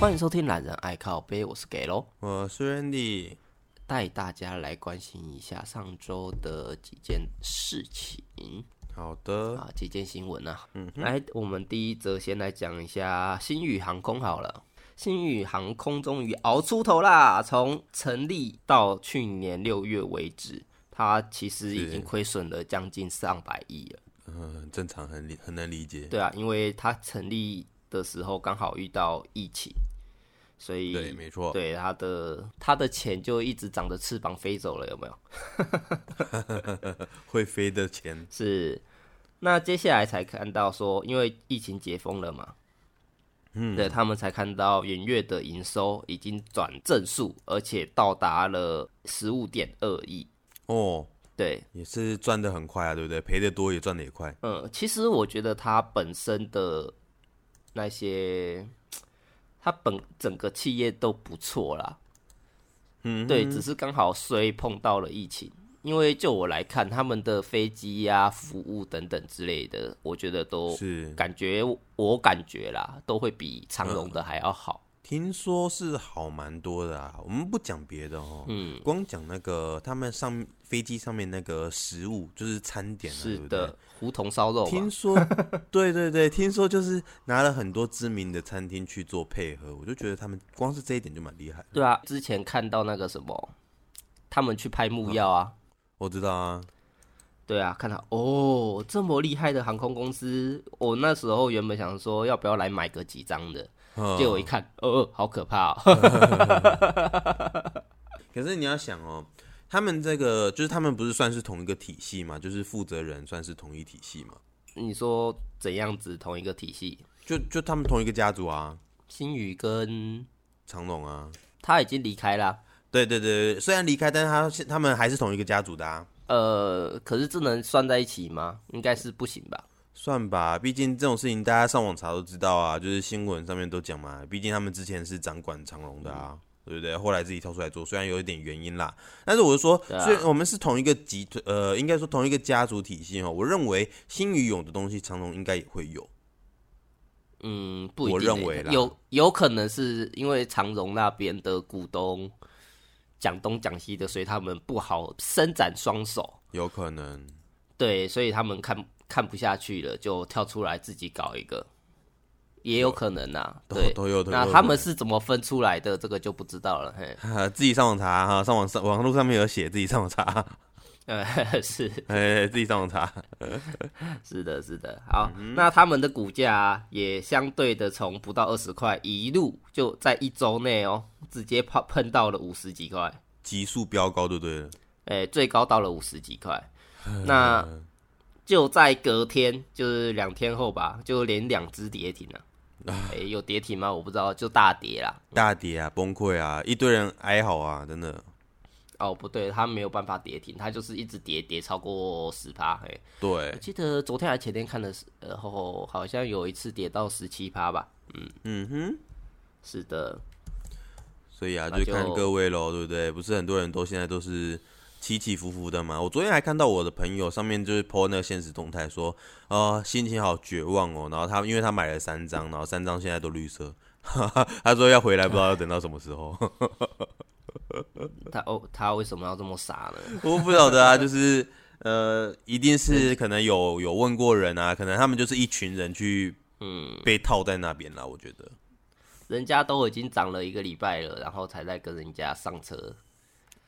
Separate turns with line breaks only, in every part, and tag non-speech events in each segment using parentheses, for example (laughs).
欢迎收听《懒人爱靠背》，我是给喽，
我是 Randy。
带大家来关心一下上周的几件事情
好的，
啊，几件新闻啊。嗯，来，我们第一则先来讲一下新宇航空好了。新宇航空终于熬出头啦！从成立到去年六月为止，它其实已经亏损了将近上百亿了。
嗯、很正常，很理很能理解。
对啊，因为它成立的时候刚好遇到疫情，所以
对，没错。
对他的他的钱就一直长着翅膀飞走了，有没有？
会飞的钱，
是。那接下来才看到说，因为疫情解封了嘛，嗯，对他们才看到元月的营收已经转正数，而且到达了十五点二亿。
哦，
对，
也是赚的很快啊，对不对？赔的多也赚的也快。
嗯，其实我觉得它本身的那些，它本整个企业都不错啦。
嗯，
对，只是刚好虽碰到了疫情，因为就我来看，他们的飞机呀、服务等等之类的，我觉得都
嗯是。
感觉我感觉啦，都会比长荣的还要好。
听说是好蛮多的啊。我们不讲别的哦，嗯，光讲那个他们上飞机上面那个食物，就是餐点、啊，
是
对不对
的，胡同烧肉嘛
听， (laughs) 说，对对对，听说就是拿了很多知名的餐厅去做配合，我就觉得他们光是这一点就蛮厉害。
对啊，之前看到那个什么，他们去拍
嗯
木药啊，
我知道啊，
对啊，看到哦，这么厉害的航空公司，我那时候原本想说要不要来买个几张的，
嗯
结果一看，哦哦，好可怕哦， (laughs)
可是你要想哦，他们这个就是他们不是算是同一个体系嘛，就是负责人算是同一体系嘛，
你说怎样子同一个体系？
就就他们同一个家族啊，
新宇跟
长隆啊，
他已经离开啦，
对对对，对虽然离开，但是他是他们还是同一个家族的啊，
呃，可是这能算在一起吗？应该是不行吧。
算吧，毕竟这种事情大家上网查都知道啊，就是新闻上面都讲嘛，毕竟他们之前是掌管长隆的啊。对不对？后来自己跳出来做，虽然有一点原因啦，但是我是说，
对啊
虽然我们是同一个集，呃，应该说同一个家族体系哦。我认为新宇有的东西，长隆应该也会有。
嗯，不一定
我
欸、
认为啦
有有可能是因为长荣那边的股东讲东讲西的，所以他们不好伸展双手，
有可能，
对，所以他们看看不下去了，就跳出来自己搞一个，也有可能呐。
都
对，
都有都有
那
都
他
有
们是怎么分出来的，这个就不知道了。嘿，
哈 (laughs) 自己上网查哈，上网上网络上面有写，自己上网查，
呃， (laughs) 是
哎， (laughs) 自己上网查。
是的，是的，好，那他们的股价、啊、也相对的从不到二十块，一路就在一周内哦，直接碰碰到了五十几块，
急速飙高就对了，
哎、最高到了五十几块，那就在隔天，就是两天后吧，就连两只跌停了、哎、有跌停吗？我不知道，就大跌啦。
大跌啊，崩溃啊，一堆人哀嚎啊，真的，
哦，不对，它没有办法跌停，它就是一直跌，跌超过十趴。哎、我
对，
记得昨天还前天看的时候，好像有一次跌到十七趴吧。
嗯哼，
是的，
所以啊，
那就
就看各位喽，对不对？不是很多人都现在都是起起伏伏的嘛。我昨天还看到我的朋友上面就是 po 那个现实动态说，啊、心情好绝望哦，然后他因为他买了三张，然后三张现在都绿色， (laughs) 他说要回来不知道要等到什么时候。
他哦，他为什么要这么傻 (laughs) 呢？
(laughs) 我不晓得啊，就是呃，一定是可能有有问过人啊，可能他们就是一群人去
嗯，
被套在那边啦。我觉得
人家都已经涨了一个礼拜了，然后才在跟人家上车。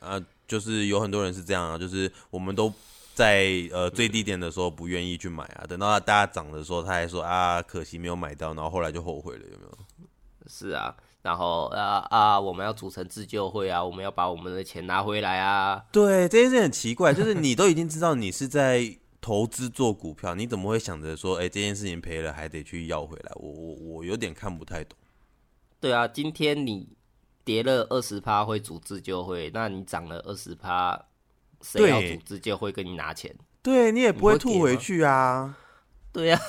啊，就是有很多人是这样啊，就是我们都在呃最低点的时候不愿意去买啊，等到大家涨的时候，他还说啊可惜没有买到，然后后来就后悔了，有没有？
是啊，然后啊啊，我们要组成自救会啊，我们要把我们的钱拿回来啊。
对，这件事很奇怪，就是你都已经知道你是在。投资做股票，你怎么会想着说，哎、这件事情赔了还得去要回来？我我我有点看不太懂。
对啊，今天你跌了二十趴会组自救会，那你涨了二十趴，谁
对
要组自救会跟你拿钱？
对你也不会
你会给
吐回
吗
去啊。
对啊，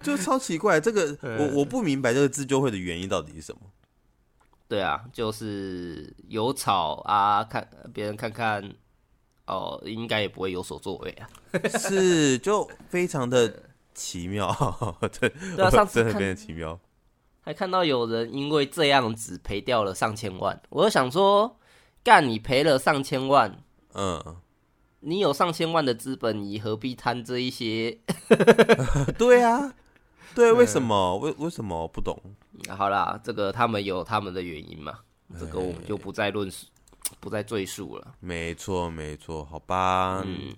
就超奇怪，这个我我不明白这个自救会的原因到底是什么。
(laughs) 对啊，就是有炒啊，看别人看看，哦，应该也不会有所作为啊。
是，就非常的奇妙，对， (laughs)
对啊上次
真的 (laughs)
看
变得奇妙。
还看到有人因为这样子赔掉了上千万，我就想说，干你赔了上千万，
嗯，
你有上千万的资本，你何必贪这一些？
对啊，对，为什么？为为什么不懂？
嗯好啦，这个他们有他们的原因嘛，这个我们就不再论述，不再赘述了。
没错，没错，好吧，
嗯，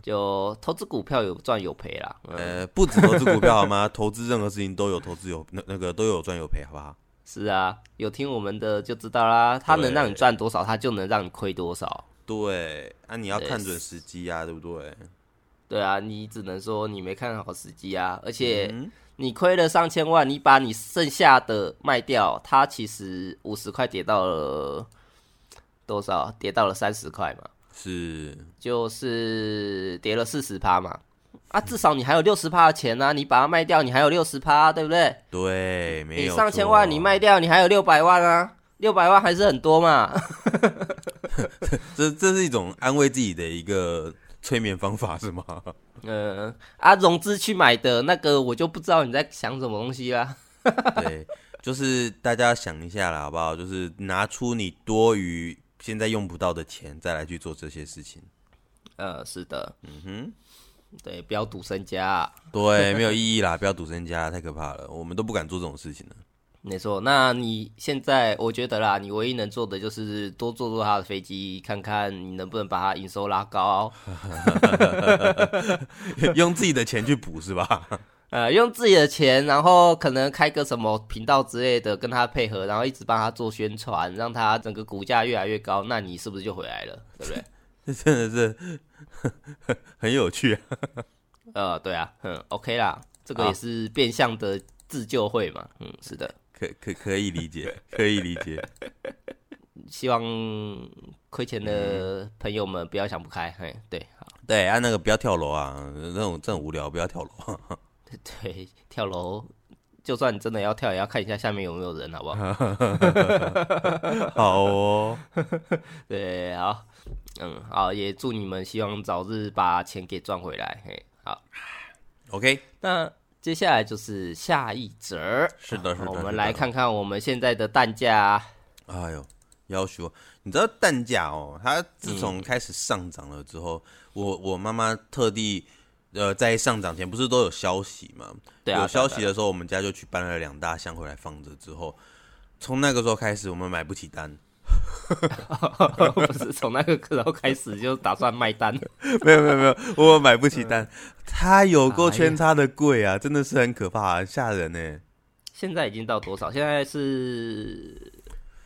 就投资股票有赚有赔啦。嗯，
呃，不止投资股票好吗？ (laughs) 投资任何事情都有投资有那那个都有赚有赔，好不好？
是啊，有听我们的就知道啦，他能让你赚多少，他就能让你亏多少。
对，啊，你要看准时机啊，对不对？
对啊，你只能说你没看好时机啊，而且
嗯，
你亏了上千万，你把你剩下的卖掉，它其实五十块跌到了多少？跌到了三十块嘛，
是，
就是跌了四十趴嘛。啊，至少你还有六十趴的钱啊，你把它卖掉，你还有六十趴，对不对？
对，没
你
有
上千
错
万你卖掉，你还有六百万啊，六百万还是很多嘛。
这这是一种安慰自己的一个催眠方法是吗？ (laughs)
嗯，啊，融资去买的那个，我就不知道你在想什么东西啊啦。
对，就是大家想一下啦，好不好？就是拿出你多余现在用不到的钱，再来去做这些事情。
呃，是的，
嗯哼，
对，不要赌身家啊、
对，没有意义啦，不要赌身家，太可怕了，我们都不敢做这种事情了。
没错，那你现在我觉得啦，你唯一能做的就是多坐坐他的飞机，看看你能不能把他营收拉高，
(laughs) 用自己的钱去补是吧？ (laughs)
呃，用自己的钱，然后可能开个什么频道之类的跟他配合，然后一直帮他做宣传，让他整个股价越来越高，那你是不是就回来了？对不对？
这真的是很有趣、啊。
呃，对啊，嗯，OK 啦，这个
好
也是变相的自救会嘛，嗯，是的，
可可可以理解，可以理解。
希望亏钱
嗯
的朋友们不要想不开，嘿，对，好。 (laughs)
对，按、那个不要跳楼啊，那种这种无聊，不要跳楼。
对，跳楼，就算你真的要跳，也要看一下下面有没有人，好不
啊
好？
(laughs) 好哦，
对，好，嗯，好，也祝你们希望早日把钱给赚回来。嘿，好，
OK，
那接下来就是下一则儿，
是呃的，是的，
我
是
们
的
来看看我们现在的蛋价。啊
哎呦，要求你知道蛋价哦，它自从
嗯
开始上涨了之后，我我妈妈特地呃在上涨前不是都有消息嘛？
对啊，
有消
(laughs)
息
对啊
的时候，我们家就去搬了两大箱回来放着。之后，从那个时候开始，我们买不起
(laughs)
单，
对啊不是从那个时候开始就打算卖单。
没有没有没有，我买不起单，
嗯
它有够
哎呀
圈差的贵啊，真的是很可怕、啊，很吓人呢、
现在已经到多少？现在是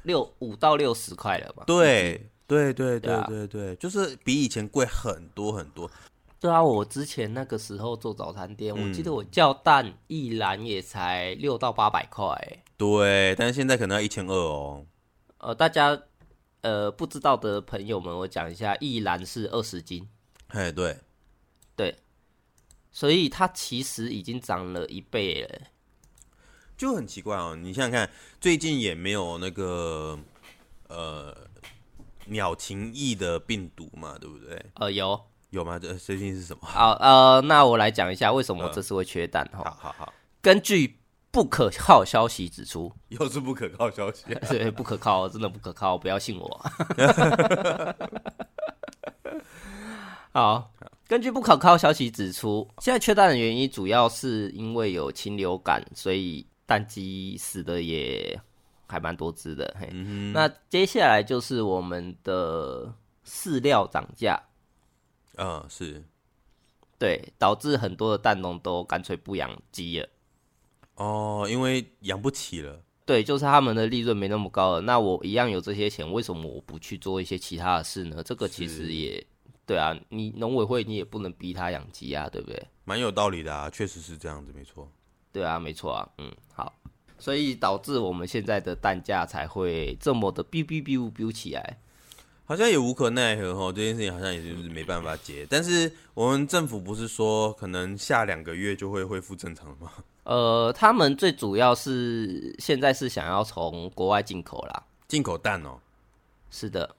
六五到六十块了吧？
对。对对
对
对
啊
对对，就是比以前贵很多很多。
对啊，我之前那个时候做早餐店，我记
嗯
得我叫蛋一篮也才六到八百块欸。
对，但是现在可能要一千二哦。
呃，大家呃不知道的朋友们，我讲一下，一篮是二十斤，
哎，对，
对，所以它其实已经涨了一倍了欸。
就很奇怪哦。你想想看，最近也没有那个呃鸟禽疫的病毒嘛，对不对？
呃，有
有吗？这最近是什么？
好呃，那我来讲一下为什么我
嗯
这次会缺蛋哈、
好好好，
根据不可靠消息指出，
又是不可靠消 (laughs) 息。
(laughs) 对，不可靠，真的不可靠，不要信我。 (laughs) 好，根据不可靠消息指出，现在缺蛋的原因主要是因为有禽流感，所以蛋鸡死的也还蛮多只的。嘿，
嗯
那接下来就是我们的饲料涨价，
哼，嗯，是
对，导致很多的蛋农都干脆不养鸡了。
哦，因为养不起了。
对，就是他们的利润没那么高了。那我一样有这些钱，为什么我不去做一些其他的事呢？这个其
是
实也对啊，你农委会你也不能逼他养鸡啊，对不对？
蛮有道理的啊，确实是这样子，没错。
对啊，没错啊，嗯，好，所以导致我们现在的蛋价才会这么的 biu biu biu biu 起来。
好像也无可奈何哈，这件事情好像也是没办法解。但是我们政府不是说可能下两个月就会恢复正常吗？
呃，他们最主要是现在是想要从国外进口啦，
(laughs) 进口蛋哦，
是的，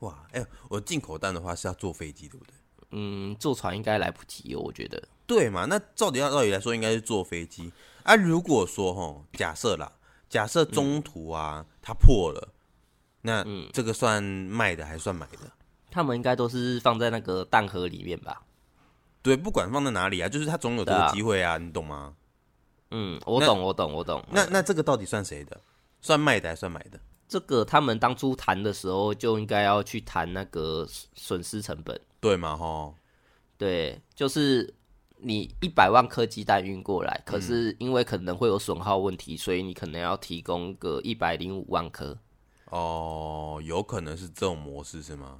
哇，哎、我进口蛋的话是要坐飞机，对不对？
嗯，坐船应该来不及哦，我觉得。
对嘛？那照理要道理来说，应该是坐飞机。啊，如果说吼，假设啦，假设中
嗯
途啊、它破了，那这个算卖的还算买的？
他们应该都是放在那个蛋盒里面吧？
对，不管放在哪里啊，就是它总有这
对
个
啊
机会啊，你懂吗？
嗯，我
那
懂，我懂，我懂。
那那这个到底算谁的？算卖的还算买的？
这个他们当初谈的时候就应该要去谈那个损失成本，
对嘛吼？
对，就是你一百万颗鸡蛋运过来，可是因为可能会有损耗问题，所以你可能要提供个一百零五万颗。
哦，有可能是这种模式是吗？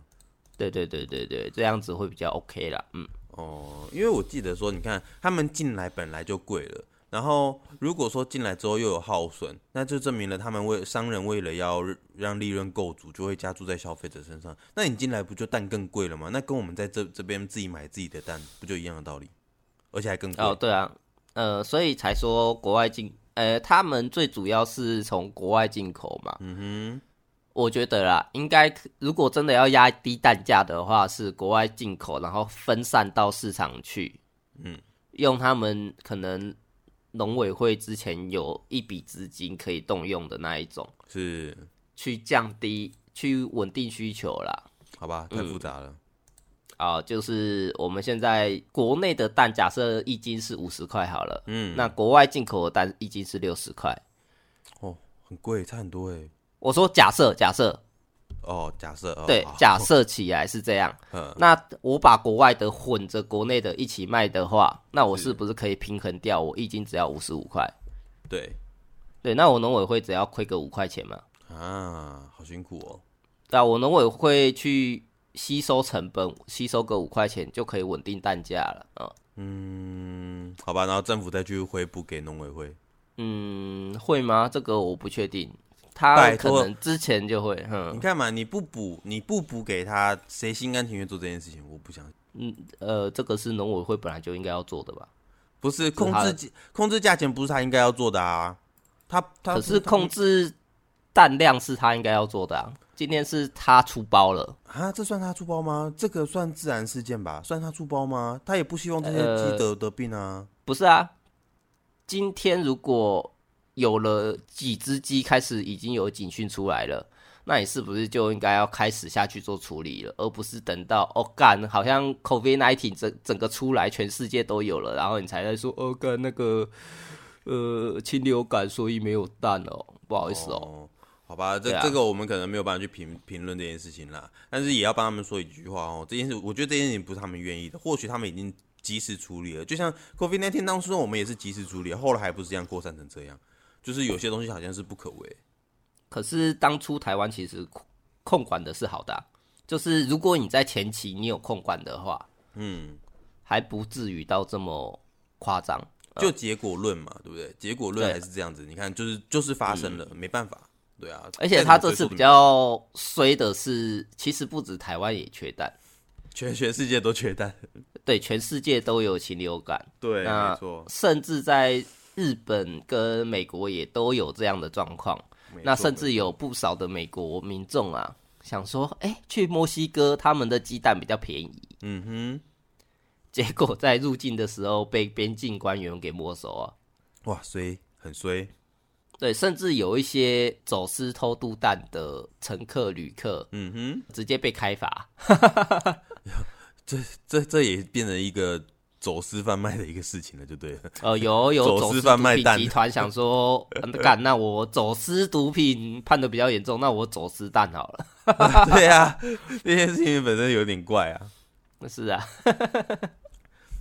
对对对对对，这样子会比较 OK 啦。嗯，
哦，因为我记得说，你看他们进来本来就贵了，然后如果说进来之后又有耗损，那就证明了他们为商人为了要让利润够足，就会加注在消费者身上。那你进来不就蛋更贵了吗？那跟我们在这这边自己买自己的蛋不就一样的道理，而且还更贵。
哦，对啊，呃，所以才说国外进，呃，他们最主要是从国外进口嘛。嗯哼，我觉得啦，应该可如果真的要压低蛋价的话，是国外进口，然后分散到市场去。
嗯，
用他们可能农委会之前有一笔资金可以动用的那一种，
是，
去降低，去稳定需求啦。
好吧，太复杂了。
啊、就是我们现在国内的蛋，假设一斤是五十块好了，
嗯，
那国外进口的蛋一斤是六十块。
哦，很贵，差很多哎。
我说假设，假设，
哦，假设哦，
对
好，
假设起来是这样。
嗯
那我把国外的混着国内的一起卖的话，那我是不是可以平衡掉？我一斤只要五十五块，
对
对，那我农委会只要亏个五块钱嘛？
啊，好辛苦哦。
对啊，我农委会去吸收成本，吸收个五块钱就可以稳定蛋价了。嗯
嗯，好吧，然后政府再去回补给农委会。
嗯，会吗？这个我不确定。
拜
他可
托
能之前就会，哼
你，看嘛，你不补，你不补给他，谁心甘情愿做这件事情？我不相信。
呃，这个是农委会本来就应该要做的吧？
不是
他
控制
的
价控制价钱，不是他应该要做的啊。他他
可是
他
控制蛋量是他应该要做的啊。今天是他出包了，
啊，这算他出包吗？这个算自然事件吧？算他出包吗？他也不希望这些
呃
鸡得得病啊。
不是啊？今天如果有了几只鸡开始已经有警讯出来了，那你是不是就应该要开始下去做处理了，而不是等到哦干，好像 COVID nineteen 整整个出来，全世界都有了，然后你才在说哦干那个呃禽流感，所以没有蛋哦，不好意思哦，
哦，好吧，这、
对啊
这个我们可能没有办法去评评论这件事情啦，但是也要帮他们说一句话哦。这件事，我觉得这件事情不是他们愿意的，或许他们已经及时处理了。就像 COVID 那天当初我们也是及时处理，后来还不是这样扩散成这样，就是有些东西好像是不可为。
可是当初台湾其实控控管的是好的啊、就是如果你在前期你有控管的话，
嗯，
还不至于到这么夸张。
就结果论嘛，对不对？结果论
对
还是这样子，你看，就是就是发生了，没办法，对啊。
嗯而且他这次比较衰的是，其实不止台湾也缺蛋，
全全世界都
(laughs)
缺蛋，
对，全世界都有禽流感，
对，
那
没错，
甚至在日本跟美国也都有这样的状况。
没
那
错
甚至有不少的美国民众啊，想说，哎、去墨西哥他们的鸡蛋比较便宜，
嗯哼。
(laughs) 结果在入境的时候被边境官员给没收啊。
哇，衰，很衰，
对，甚至有一些走私偷渡蛋的乘客旅客
嗯哼，
直接被开
(laughs)
罚。
这这也变成一个走私贩卖的一个事情了， (laughs) 就对了。
呃，有有
走
走
私
私
贩卖
毒品
蛋
集团想说，嗯干、那我走私毒品判的比较严重，那我走私蛋好了。 (laughs)
对啊，这件事情本身有点怪啊。
是啊，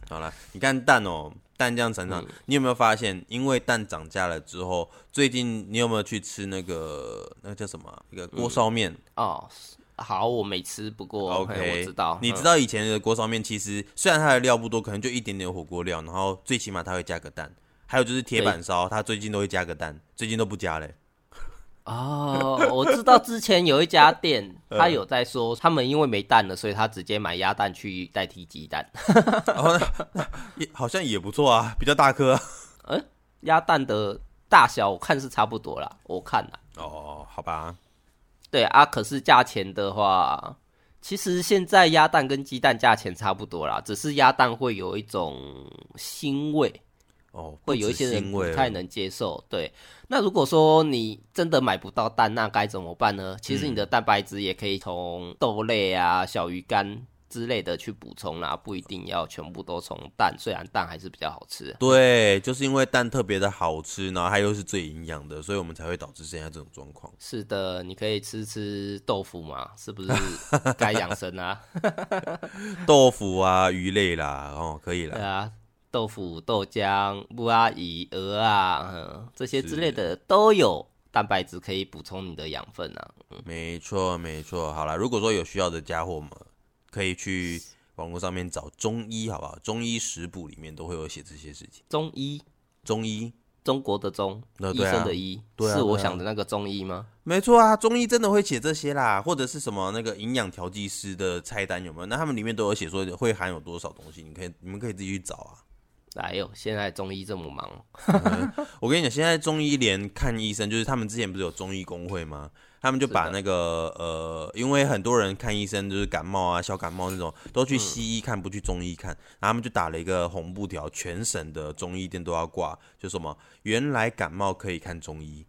好了，你看蛋哦，蛋这样涨
嗯
涨，你有没有发现？因为蛋涨价了之后，最近你有没有去吃那个那个叫什么啊一个锅烧面？
哦，好，我没吃，不过
OK，
嘿我知道，
你
嗯
知道以前的锅烧面，其实虽然它的料不多，可能就一点点火锅料，然后最起码它会加个蛋。还有就是铁板烧，它最近都会加个蛋，最近都不加嘞。
哦，我知道之前有一家
(laughs)
店，
嗯
他有在说他们因为没蛋了，所以他直接买鸭蛋去代替鸡蛋。
然后呢，也好像也不错啊，比较大颗啊、
鸭蛋的大小我看是差不多啦，我看啦。
哦，好吧，
对啊，可是价钱的话，其实现在鸭蛋跟鸡蛋价钱差不多啦，只是鸭蛋会有一种腥味，
哦，
会有一些人
不
不
止腥味
太能接受。对，那如果说你真的买不到蛋，那该怎么办呢？其实你
嗯
的蛋白质也可以从豆类啊、小鱼干之类的去补充啦，不一定要全部都从蛋，虽然蛋还是比较好吃。
对，就是因为蛋特别的好吃，然后它又是最营养的，所以我们才会导致现在这种状况。
是的，你可以吃吃豆腐嘛，是
(laughs)
不是该养生啊？
豆腐啊、鱼类啦，哦，可以
对
啦。
啊，豆腐、豆浆、木阿姨、鹅啊，嗯，这些之类
是
的都有蛋白质可以补充你的养分啊。
没错，没错。好啦，如果说有需要的家伙们，可以去网络上面找中医，好不好？中医食谱里面都会有写这些事情。
中医，
中医，
中国的中，
那
医
对啊
生的医，
对啊
是我
对啊
想的那个中医吗？
没错啊，中医真的会写这些啦，或者是什么那个营养调剂师的菜单有没有？那他们里面都有写说会含有多少东西，你可以你们可以自己去找啊。
哎呦，现在中医这么忙，
我跟你讲，现在中医连看医生，就是他们之前不是有中医工会吗？他们就把那个呃，因为很多人看医生就是感冒啊、小感冒那种，都
嗯
去西医看，不去中医看，然后他们就打了一个红布条，全省的中医店都要挂，就什么原来感冒可以看中医，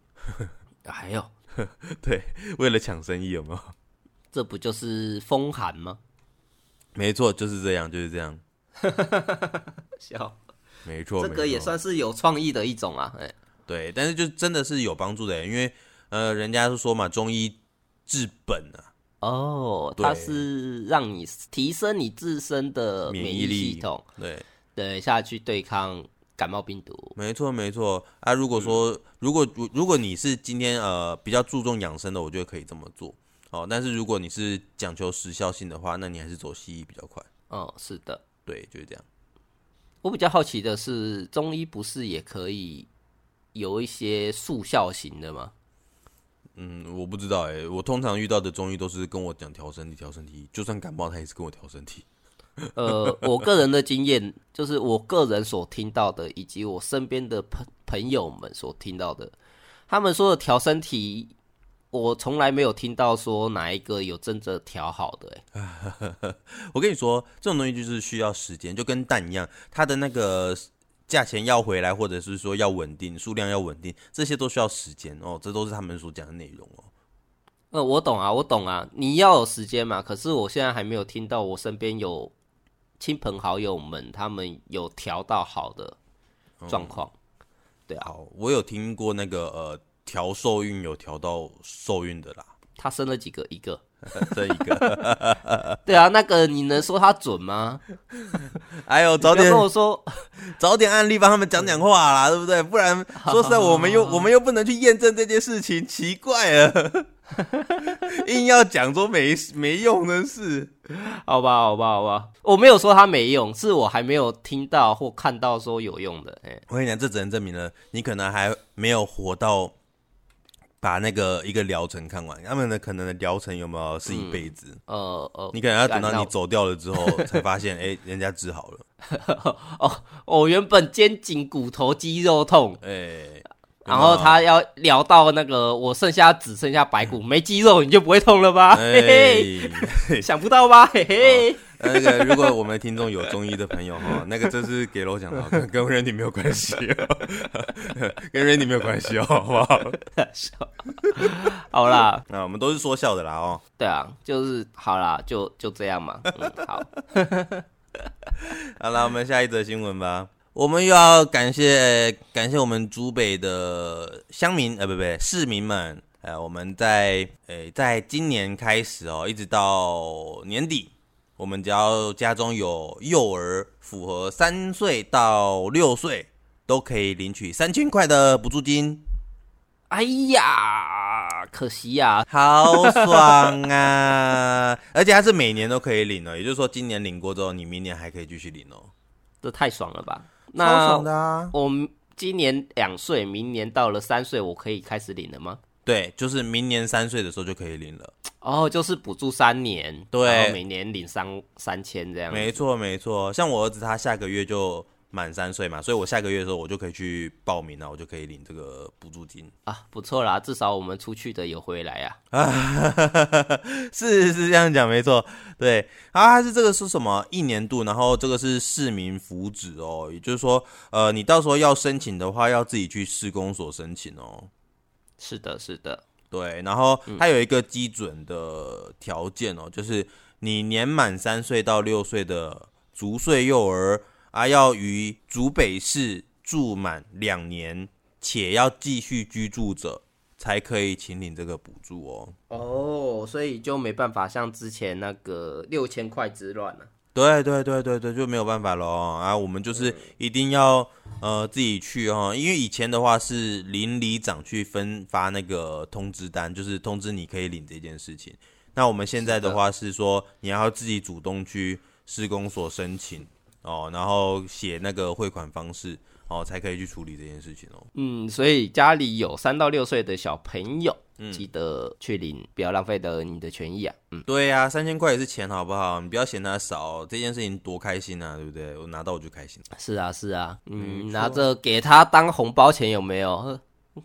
哎呦，
为了抢生意有没有？
这不就是风寒吗？
没错，就是这样，就是这样， (laughs)
笑，
没错，
这个也
没错
算是有创意的一种啊。哎，
对，但是就真的是有帮助的，因为呃，人家是说嘛，中医治本啊，
哦，
对
它是让你提升你自身的
免
免
疫
疫
力
系统，
对，
对，下去对抗感冒病毒。
没错，没错啊。如果说，如果如如果你是今天呃比较注重养生的，我觉得可以这么做哦。但是如果你是讲求时效性的话，那你还是走西医比较快。
嗯，是的。
对，就是这样。
我比较好奇的是，中医不是也可以有一些速效型的吗？
嗯，我不知道哎、我通常遇到的中医都是跟我讲调身体，调身体，就算感冒他也是跟我调身体。 (laughs)
呃，我个人的经验就是我个人所听到的，以及我身边的朋朋友们所听到的，他们说的调身体，我从来没有听到说哪一个有真的调好的、欸。
我跟你说，这种东西就是需要时间，就跟蛋一样，它的那个价钱要回来，或者是说要稳定，数量要稳定，这些都需要时间哦。这都是他们所讲的内容哦。
呃，我懂啊，我懂啊，你要有时间嘛。可是我现在还没有听到我身边有亲朋好友们他们有调到好的
哦
状况。对啊，
好，我有听过那个呃调受孕有调到受孕的啦， (laughs)
他生了几个？一个。
这一
(laughs)
个。
对啊，那个你能说他准吗？
哎呦，早
不要
点
跟我嗯说，
早点案例帮他们讲讲话啦，对不对？不然说实在，我
(laughs)
们又我们又不能去验证这件事情，奇怪了，硬要讲说没没用，真是。
好吧，好吧，好吧，我没有说他没用，是我还没有听到或看到说有用的。哎、
我跟你讲，这只能证明了你可能还没有活到把那个一个疗程看完，他们的可能的疗程有没有是一辈子？
呃呃，
你可能要等
干
到
那
你
我
走掉了之后，才发现，哎、 (laughs) 人家治好了。
哦，我原本肩颈骨头肌肉痛，
哎、
然后他要聊到那个我剩下只剩下白骨没肌肉，你就不会痛了吧？
哎
嘿 (laughs) 嘿，想不到吧？嘿嘿， (laughs)
那个，如果我们听众有中医的朋友哈，那个这是给楼讲的，跟跟 Randy 没有关系、哦， (laughs) 跟 Randy 没有关系哦，好不好？
好啦，
啊那我们都是说笑的啦哦。
对啊，就是好啦，就就这样嘛。嗯，好， (laughs)
好了，我们下一则新闻吧。我们又要感谢感谢我们竹北的乡民，呃，不不，市民们，呃，我们在呃，在今年开始哦，一直到年底，我们只要家中有幼儿符合三岁到六岁，都可以领取三千块的补助金，
哎呀，可惜啊呀、
好爽啊！ (laughs) 而且它是每年都可以领哦，也就是说，今年领过之后，你明年还可以继续领哦，
这太爽了吧？
超
那
爽的啊！
我们今年两岁，明年到了三岁，我可以开始领了吗？
对，就是明年三岁的时候就可以领了。
哦，就是补助三年，
对
然后每年领三三千这样。
没错，没错。像我儿子他下个月就满三岁嘛，所以我下个月的时候我就可以去报名了，我就可以领这个补助金。 (laughs)
啊，不错啦，至少我们出去的有回来啊。
是是这样讲没错，对啊，它是这个是什么一年度，然后这个是市民福祉哦，也就是说，呃，你到时候要申请的话，要自己去市公所申请哦。
是的，是的，
对，然后它有一个基准的条件哦，就是你年满三岁到六岁的足岁幼儿啊，要于竹北市住满两年，且要继续居住者，才可以请领这个补助哦。
哦，所以就没办法像之前那个六千块之乱啊了、
对对对对对，就没有办法喽啊！我们就是一定要呃自己去哦，因为以前的话是邻里长去分发那个通知单，就是通知你可以领这件事情。那我们现在的话是说，你要自己主动去施工所申请哦，然后写那个汇款方式哦，才可以去处理这件事情哦。
嗯，所以家里有三到六岁的小朋友，记得去领，不要浪费了你的权益啊。嗯，
对呀、三千块也是钱，好不好？你不要嫌它少，这件事情多开心啊，对不对？我拿到我就开心。
是啊，是啊，嗯，拿着给他当红包钱有没有？呵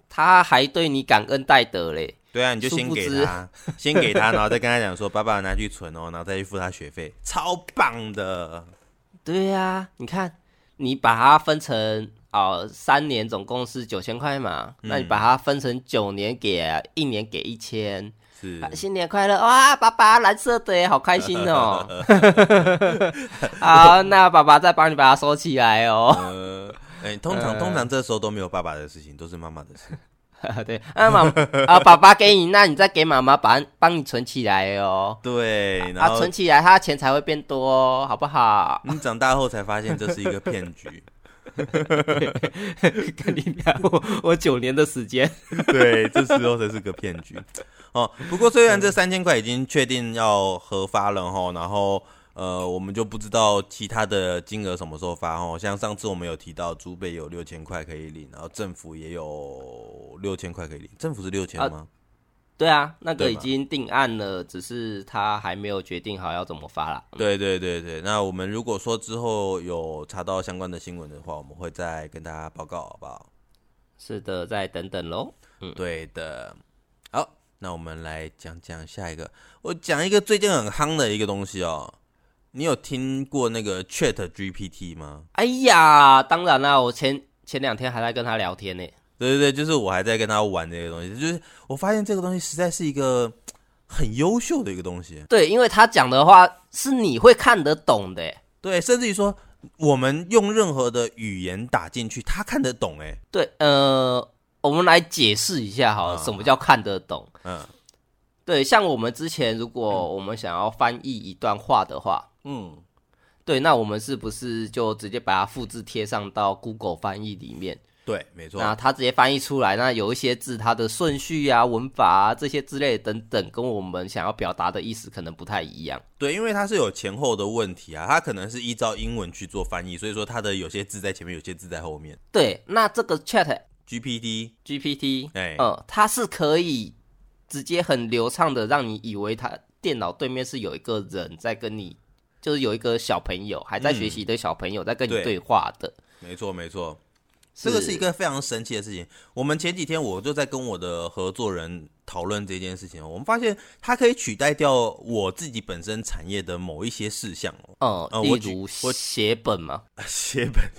他还对你感恩戴德嘞。
对啊，你就
殊
先
不
给
知
他，先给他，然后再跟他讲说，爸爸拿去存哦，然后再去付他学费，超棒的。
对呀、你看，你把它分成哦，三年总共是九千块嘛，那你把它分成九年给啊，一年给一千、
是
啊，新年快乐哇，爸爸蓝色的耶，好开心哦。
(laughs)
好，那爸爸再帮你把它收起来哦。
呃，哎、通常通常这时候都没有爸爸的事情，都是妈妈的
(laughs)
事。
对，啊妈 (laughs) 啊，爸爸给你，那你再给妈妈把帮你存起来哦。
对，然
啊，
后
存起来，他的钱才会变多哦，好不好？
你长大后才发现这是一个骗局。
(laughs) 跟你讲，我我九年的时间，
(laughs) 对，这时候才是个骗局。哦，不过虽然这三千块已经确定要核发了哈，然后呃，我们就不知道其他的金额什么时候发哦。像上次我们有提到，竹北有六千块可以领，然后政府也有六千块可以领。政府是六千
啊
吗？
对啊，那个
对
已
嘛
经定案了，只是他还没有决定好要怎么发啦。
对对对对。那我们如果说之后有查到相关的新闻的话，我们会再跟大家报告，好不好？
是的，再等等喽。
对的。好，那我们来讲讲下一个。我讲一个最近很夯的一个东西哦。你有听过那个 Chat GPT 吗？
哎呀，当然啦，我前前两天还在跟他聊天呢。
对对对，就是我还在跟他玩这个东西，就是我发现这个东西实在是一个很优秀的一个东西。
对，因为他讲的话是你会看得懂的。
对，甚至于说我们用任何的语言打进去，他看得懂哎。
对，呃，我们来解释一下好了，
嗯
什么叫看得懂？
嗯
对，像我们之前如果我们想要翻译一段话的话，
嗯，
对，那我们是不是就直接把它复制贴上到 Google 翻译里面？
对，没错。
那它直接翻译出来，那有一些字它的顺序啊、文法啊这些之类的等等，跟我们想要表达的意思可能不太一样。
对，因为它是有前后的问题啊，它可能是依照英文去做翻译，所以说它的有些字在前面，有些字在后面。
对，那这个 Chat
GPT
GPT，
哎
嗯，它是可以直接很流畅的让你以为它电脑对面是有一个人在跟你，就是有一个小朋友还在学习的小朋友在跟你
嗯对
对话的。
没错，没错，这个是一个非常神奇的事情。我们前几天我就在跟我的合作人讨论这件事情哦，我们发现它可以取代掉我自己本身产业的某一些事项哦， (laughs)
嗯
呃，
例
我举
如
我
写本嘛，
写本。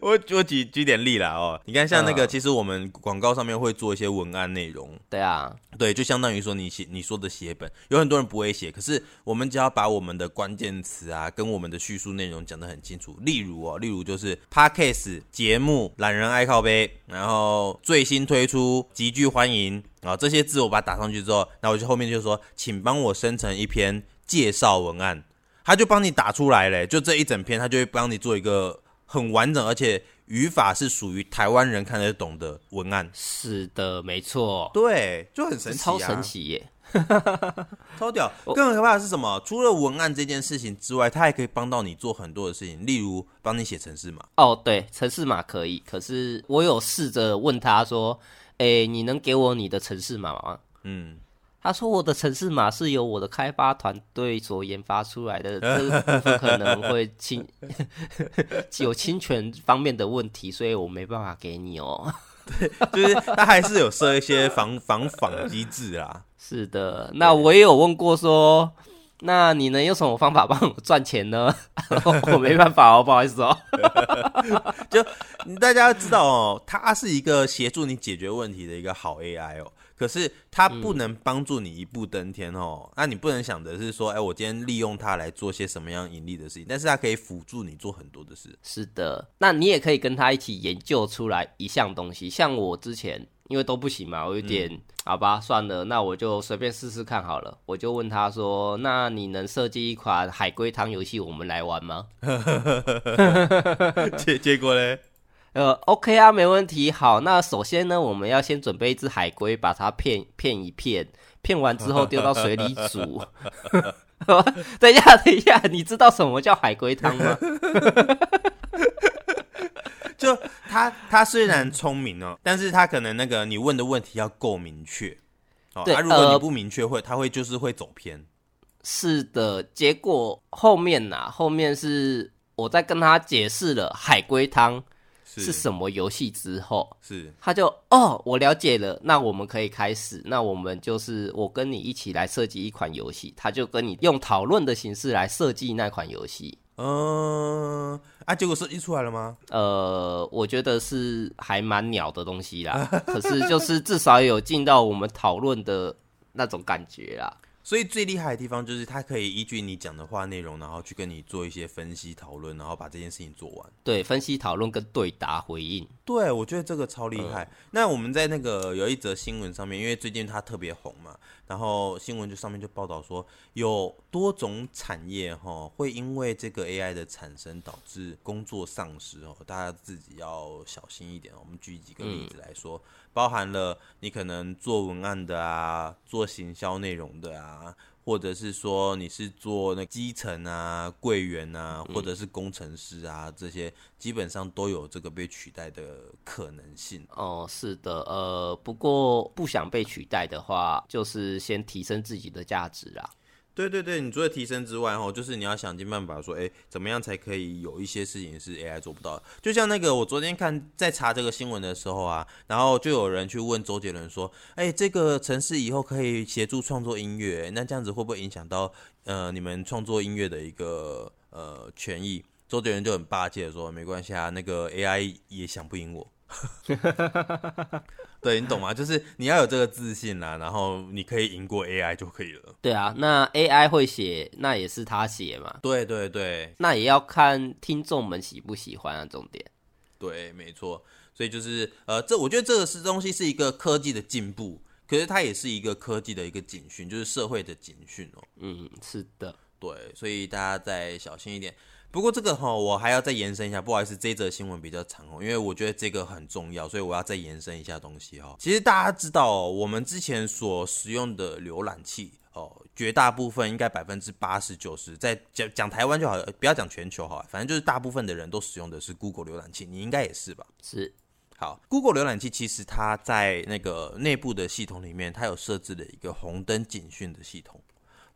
我我举举点例啦哦，你看像那个，
嗯
其实我们广告上面会做一些文案内容，
对啊，
对，就相当于说你写你说的写本，有很多人不会写，可是我们只要把我们的关键词啊，跟我们的叙述内容讲得很清楚。例如哦，例如就是 podcast 节目、懒人爱靠杯，然后最新推出、极具欢迎啊这些字我把它打上去之后，那我就后面就说，请帮我生成一篇介绍文案，他就帮你打出来嘞，就这一整篇，他就会帮你做一个很完整，而且语法是属于台湾人看得懂的文案。
是的，没错，
对，就很神
这
奇、啊，
超神奇耶。
超屌！更可怕的是什么？除了文案这件事情之外，它还可以帮到你做很多的事情，例如帮你写程式码。
哦，对，城市码可以，可是我有试着问他说，诶，你能给我你的城市码吗？
嗯，
他说我的城市码是由我的开发团队所研发出来
(laughs)
的，这个部分可能会侵 (laughs) 有侵权方面的问题，所以我没办法给你哦。
就是他还是有设一些防 (laughs) 防仿机制啦。
是的，那我也有问过说，那你能用什么方法帮我赚钱呢？ (laughs) 我没办法哦，不好意思哦。
就大家知道哦，它是一个协助你解决问题的一个好 AI 哦。可是它不能帮助你一步登天哦。那你不能想的是说，哎、我今天利用它来做些什么样盈利的事情，但是它可以辅助你做很多的事。 (laughs)
是的，那你也可以跟他一起研究出来一项东西。像我之前因为都不行嘛，我有点、好吧，算了，那我就随便试试看好了。我就问他说：“那你能设计一款海龟汤游戏，我们来玩吗
结结果嘞，？”
呃，OK 啊，没问题。好，那首先呢，我们要先准备一只海龟，把它片片一片，片完之后丢到水里煮。 (laughs) 等一下，等一下，你知道什么叫海龟汤吗？
就他他虽然聪明哦，但是他可能那个你问的问题要够明确。哦，
对
他、如果你
呃
不明确会，他会就是会走偏。
是的，结果后面呐、后面是我在跟他解释了海龟汤是什么游戏之后，
是
他就哦，我了解了，那我们可以开始，那我们就是我跟你一起来设计一款游戏，他就跟你用讨论的形式来设计那款游戏。
嗯、啊，结果设计出来了吗？
呃，我觉得是还蛮鸟的东西啦，可是就是至少有进到我们讨论的那种感觉啦。
所以最厉害的地方就是他可以依据你讲的话内容，然后去跟你做一些分析讨论，然后把这件事情做完。
对，分析、讨论跟对答回应。
对，我觉得这个超厉害。那我们在那个有一则新闻上面，因为最近它特别红嘛，然后新闻就上面就报道说，有多种产业哈会因为这个 AI 的产生导致工作丧失哦，大家自己要小心一点哦。我们举几个例子来说，包含了你可能做文案的啊，做行销内容的啊。或者是说你是做那基层啊、柜员啊，或者是工程师啊，这些基本上都有这个被取代的可能性。
哦，是的，呃，不过不想被取代的话，就是先提升自己的价值啦。
对对对，你除了提升之外，哦，就是你要想尽办法说，哎，怎么样才可以有一些事情是 AI 做不到的？就像那个我昨天看在查这个新闻的时候啊，然后就有人去问周杰伦说，哎，这个城市以后可以协助创作音乐，那这样子会不会影响到呃你们创作音乐的一个呃权益？周杰伦就很霸气的说，没关系啊，那个 AI 也想不赢我。 (laughs) 对你懂吗？就是你要有这个自信啦，然后你可以赢过 AI 就可以了。
对啊，那 AI 会写，那也是他写嘛，
对对对
那也要看听众们喜不喜欢啊。重点
对，没错。所以就是呃，这我觉得这个是东西是一个科技的进步，可是它也是一个科技的一个警讯，就是社会的警讯哦。
嗯，是的，
对，所以大家再小心一点。不过这个哈、我还要再延伸一下，不好意思，这则新闻比较长哦，因为我觉得这个很重要，所以我要再延伸一下东西哈、其实大家知道、哦，我们之前所使用的浏览器哦，绝大部分应该百分之八十九十，在讲讲台湾就好了，不要讲全球好了，反正就是大部分的人都使用的是 Google 浏览器，你应该也是吧？
是
好，Google 浏览器其实它在那个内部的系统里面，它有设置了一个红灯警讯的系统。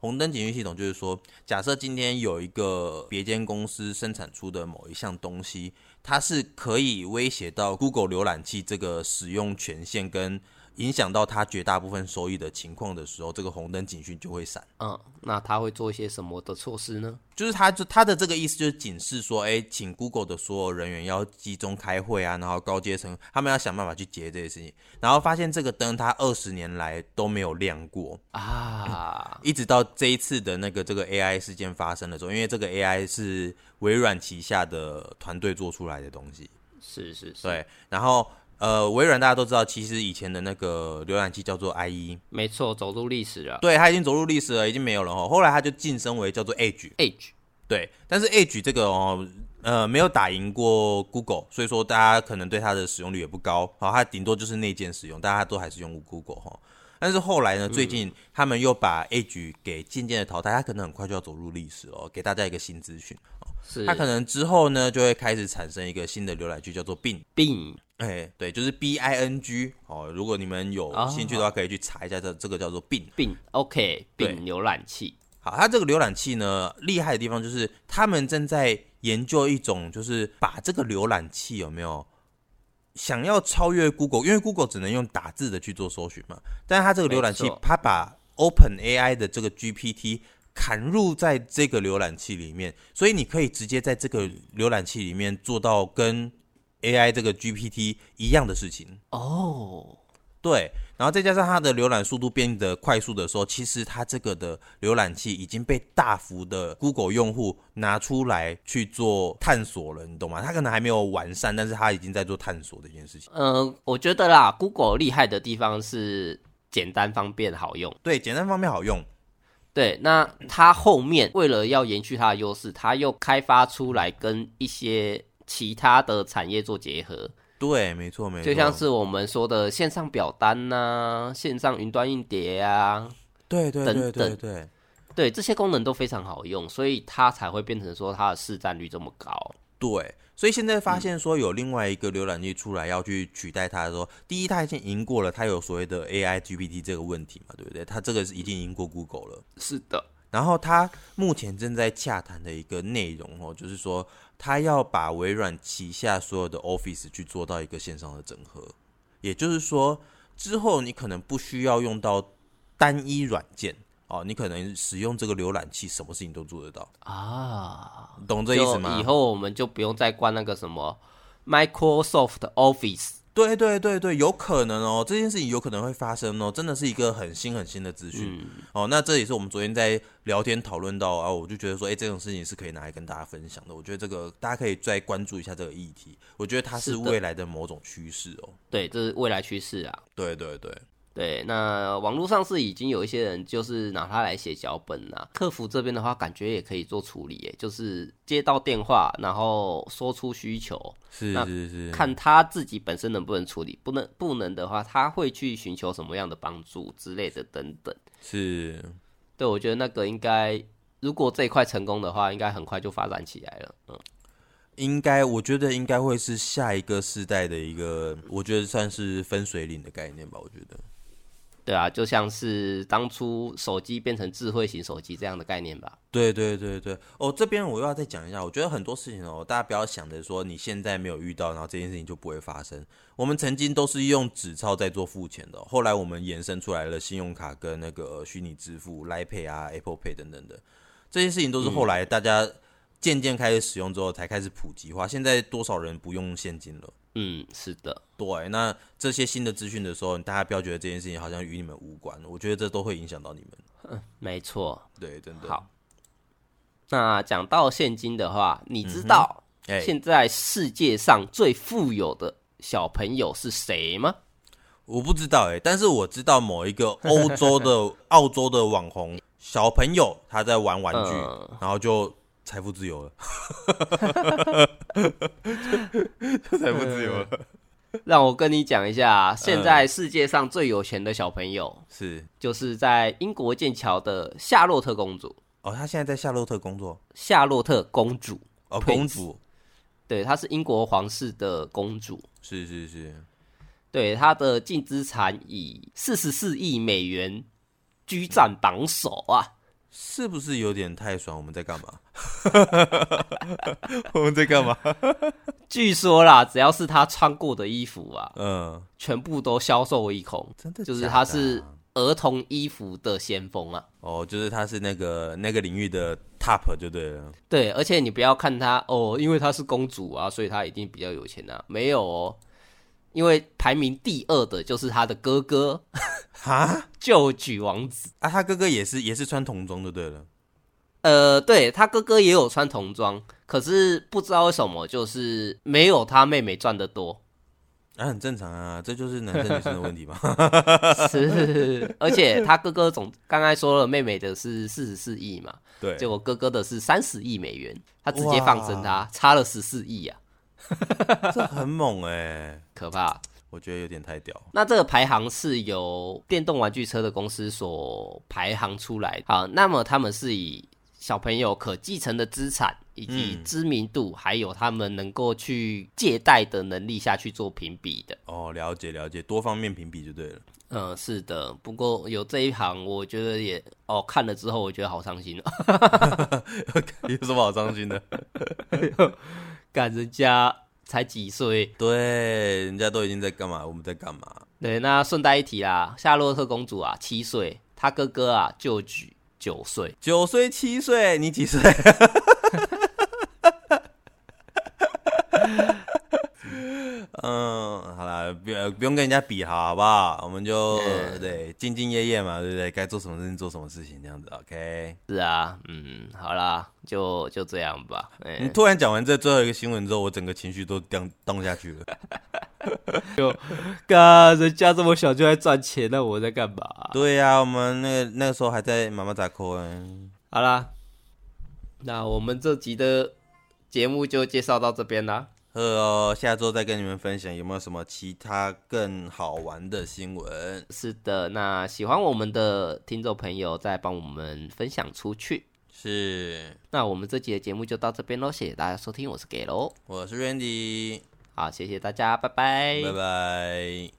红灯警讯系统就是说，假设今天有一个别间公司生产出的某一项东西，它是可以威胁到 Google 浏览器这个使用权限跟影响到它绝大部分收益的情况的时候，这个红灯警讯就会闪。
嗯，那他会做一些什么的措施呢？
就是他就他的这个意思就是警示说，哎、请 Google 的所有人员要集中开会啊，然后高阶层他们要想办法去解决这些事情。然后发现这个灯它二十年来都没有亮过，
啊，
一直到这一次的那个这个 AI 事件发生的时候，因为这个 AI 是微软旗下的团队做出来的东西，
是是是，
对。然后呃，微软大家都知道，其实以前的那个浏览器叫做 IE，
没错，走入历史了。
对，它已经走入历史了，已经没有了哦。后来它就晋升为叫做 Edge。
Edge
对，但是 Edge 这个哦，呃，没有打赢过 Google，所以说大家可能对它的使用率也不高。好、它顶多就是内建使用，大家都还是用 Google 哈、但是后来呢，最近他们又把 Edge 给渐渐的淘汰，它可能很快就要走入历史哦。给大家一个新资讯，
是
它可能之后呢就会开始产生一个新的浏览器，叫做 Bing。
Bing，
哎、对，就是 B I N G 哦。如果你们有
哦
兴趣的话，可以去查一下这这个叫做病。
并 OK
对
并浏览器
好，它这个浏览器呢，厉害的地方就是他们正在研究一种，就是把这个浏览器有没有想要超越 Google，因为 Google 只能用打字的去做搜寻嘛，但是它这个浏览
没
器
错，
它把 Open AI 的这个 GPT 砍入在这个浏览器里面，所以你可以直接在这个浏览器里面做到跟 AI 这个 GPT 一样的事情。
哦，
对，然后再加上它的浏览速度变得快速的时候，其实它这个的浏览器已经被大幅的 Google 用户拿出来去做探索了，你懂吗？它可能还没有完善，但是它已经在做探索的一件事情。
呃，我觉得啦，Google 厉害的地方是简单、方便、好用。
对，简单方面好用，
对，那它后面为了要延续它的优势，它又开发出来跟一些其他的产业做结合，
对，没错，没错，
就像是我们说的线上表单呐、线上云端硬碟啊，
对对对
等
对
等
对
对，这些功能都非常好用，所以它才会变成说它的市占率这么高。
对，所以现在发现说有另外一个浏览器出来要去取代它的时候，第一，它已经赢过了它有所谓的 AI GPT 这个问题嘛，对不对？它这个是已经赢过 Google 了。
是的，
然后他目前正在洽谈的一个内容哦，就是说他要把微软旗下所有的 Office 去做到一个线上的整合，也就是说之后你可能不需要用到单一软件哦，你可能使用这个浏览器，什么事情都做得到，
啊，
你懂这意思
就以
吗？
后我们就不用再关那个什么 Microsoft Office。
对对对对，有可能哦，这件事情有可能会发生哦，真的是一个很新很新的资讯、
嗯
哦。那这也是我们昨天在聊天讨论到啊，我就觉得说，哎、这种事情是可以拿来跟大家分享的。我觉得这个大家可以再关注一下这个议题，我觉得它是
是的
未来的某种趋势哦。
对，这是未来趋势啊。
对对对，
对，那网络上是已经有一些人就是拿它来写脚本啦、客服这边的话，感觉也可以做处理，耶，就是接到电话，然后说出需求，
是
那
是是，
看他自己本身能不能处理，不能不能的话，他会去寻求什么样的帮助之类的等等。
是
对，我觉得那个应该，如果这一块成功的话，应该很快就发展起来了。嗯，
应该，我觉得应该会是下一个世代的一个，我觉得算是分水岭的概念吧。我觉得，
对啊，就像是当初手机变成智慧型手机这样的概念吧。
对对对对，哦，这边我又要再讲一下，我觉得很多事情哦，大家不要想着说你现在没有遇到，然后这件事情就不会发生。我们曾经都是用纸钞在做付钱的哦、后来我们延伸出来了信用卡跟那个虚拟支付、Line Pay 啊、Apple Pay 等等的，这些事情都是后来大家渐渐开始使用之后才开始普及化。现在多少人不用现金了？
嗯，是的，
对，那这些新的资讯的时候，大家不要觉得这件事情好像与你们无关，我觉得这都会影响到你们。
没错。
对，真的。
好，那讲到现金的话，你知道
哎、
现在世界上最富有的小朋友是谁吗？ (laughs)
我不知道哎、但是我知道某一个欧洲 (laughs) 的、澳洲的网红小朋友，他在玩玩具，
嗯
然后就财富自由了， (laughs) 就财富自由了，
让我跟你讲一下，啊现在世界上最有钱的小朋友，
(laughs) 是
就是在英国剑桥的夏洛特公主。
哦，他现在在夏洛特工作
夏洛特公主，
哦，
Prince
公主
对，她是英国皇室的公主。
是是是，
对，她的净资产以四十四亿美元居占榜首啊！
是不是有点太爽？我们在干嘛？ (laughs) 我们在干嘛？
据说啦，只要是她穿过的衣服啊，
(laughs) 嗯，
全部都销售一空。
真的
就是
假
他
的
是
啊
儿童衣服的先锋啊。
哦，就是他是那个那个领域的 top 就对了，
对，而且你不要看她哦，因为她是公主啊，所以她一定比较有钱啊。没有哦，因为排名第二的就是她的哥哥
哈
(laughs) 旧举王子。
啊，他哥哥也是也是穿童装就对了。
呃，对他哥哥也有穿童装，可是不知道为什么就是没有他妹妹赚的多。
(laughs) 啊，很正常啊，这就是男生女生的问题嘛。
是，而且他哥哥总刚才说了，妹妹的是四十四亿嘛，
对，
结果哥哥的是三十亿美元，他直接
哇
放生他，差了十四亿啊，
这很猛哎、
可怕。
我觉得有点太屌。
那这个排行是由电动玩具车的公司所排行出来的。好，那么他们是以小朋友可继承的资产以及
嗯
知名度，还有他们能够去借贷的能力下去做评比的。
哦，了解了解，多方面评比就对了。 (laughs)
嗯，是的。不过有这一行，我觉得也哦，看了之后我觉得好伤心哦， (laughs)
有什么好伤心的？ (laughs)
干人家才几岁。
对，人家都已经在干嘛，我们在干嘛？
对，那顺带一提啦，夏洛特公主啊，七岁，她哥哥啊，就举九岁。
九岁、七岁，你几岁？ (laughs) 嗯，好啦，不要不用跟人家比，好不好？我们就、
嗯
对兢兢业业嘛，对不对？该做什么事情做什么事情，这样子，OK。
是啊，嗯，好啦，就就这样吧。哎、 (laughs)
你突然讲完这最后一个新闻之后，我整个情绪都荡荡下去了。
干，人家这么小就在赚钱，那我在干嘛？
对呀、我们那个那个时候还在妈妈咋扣哎。
好啦，那我们这集的节目就介绍到这边啦。
呃、哦，下周再跟你们分享有没有什么其他更好玩的新闻。
是的，那喜欢我们的听众朋友，再帮我们分享出去。
是，
那我们这集的节目就到这边喽，谢谢大家收听，我是给喽，
我是 Randy，
哎好，谢谢大家，拜拜，
拜拜。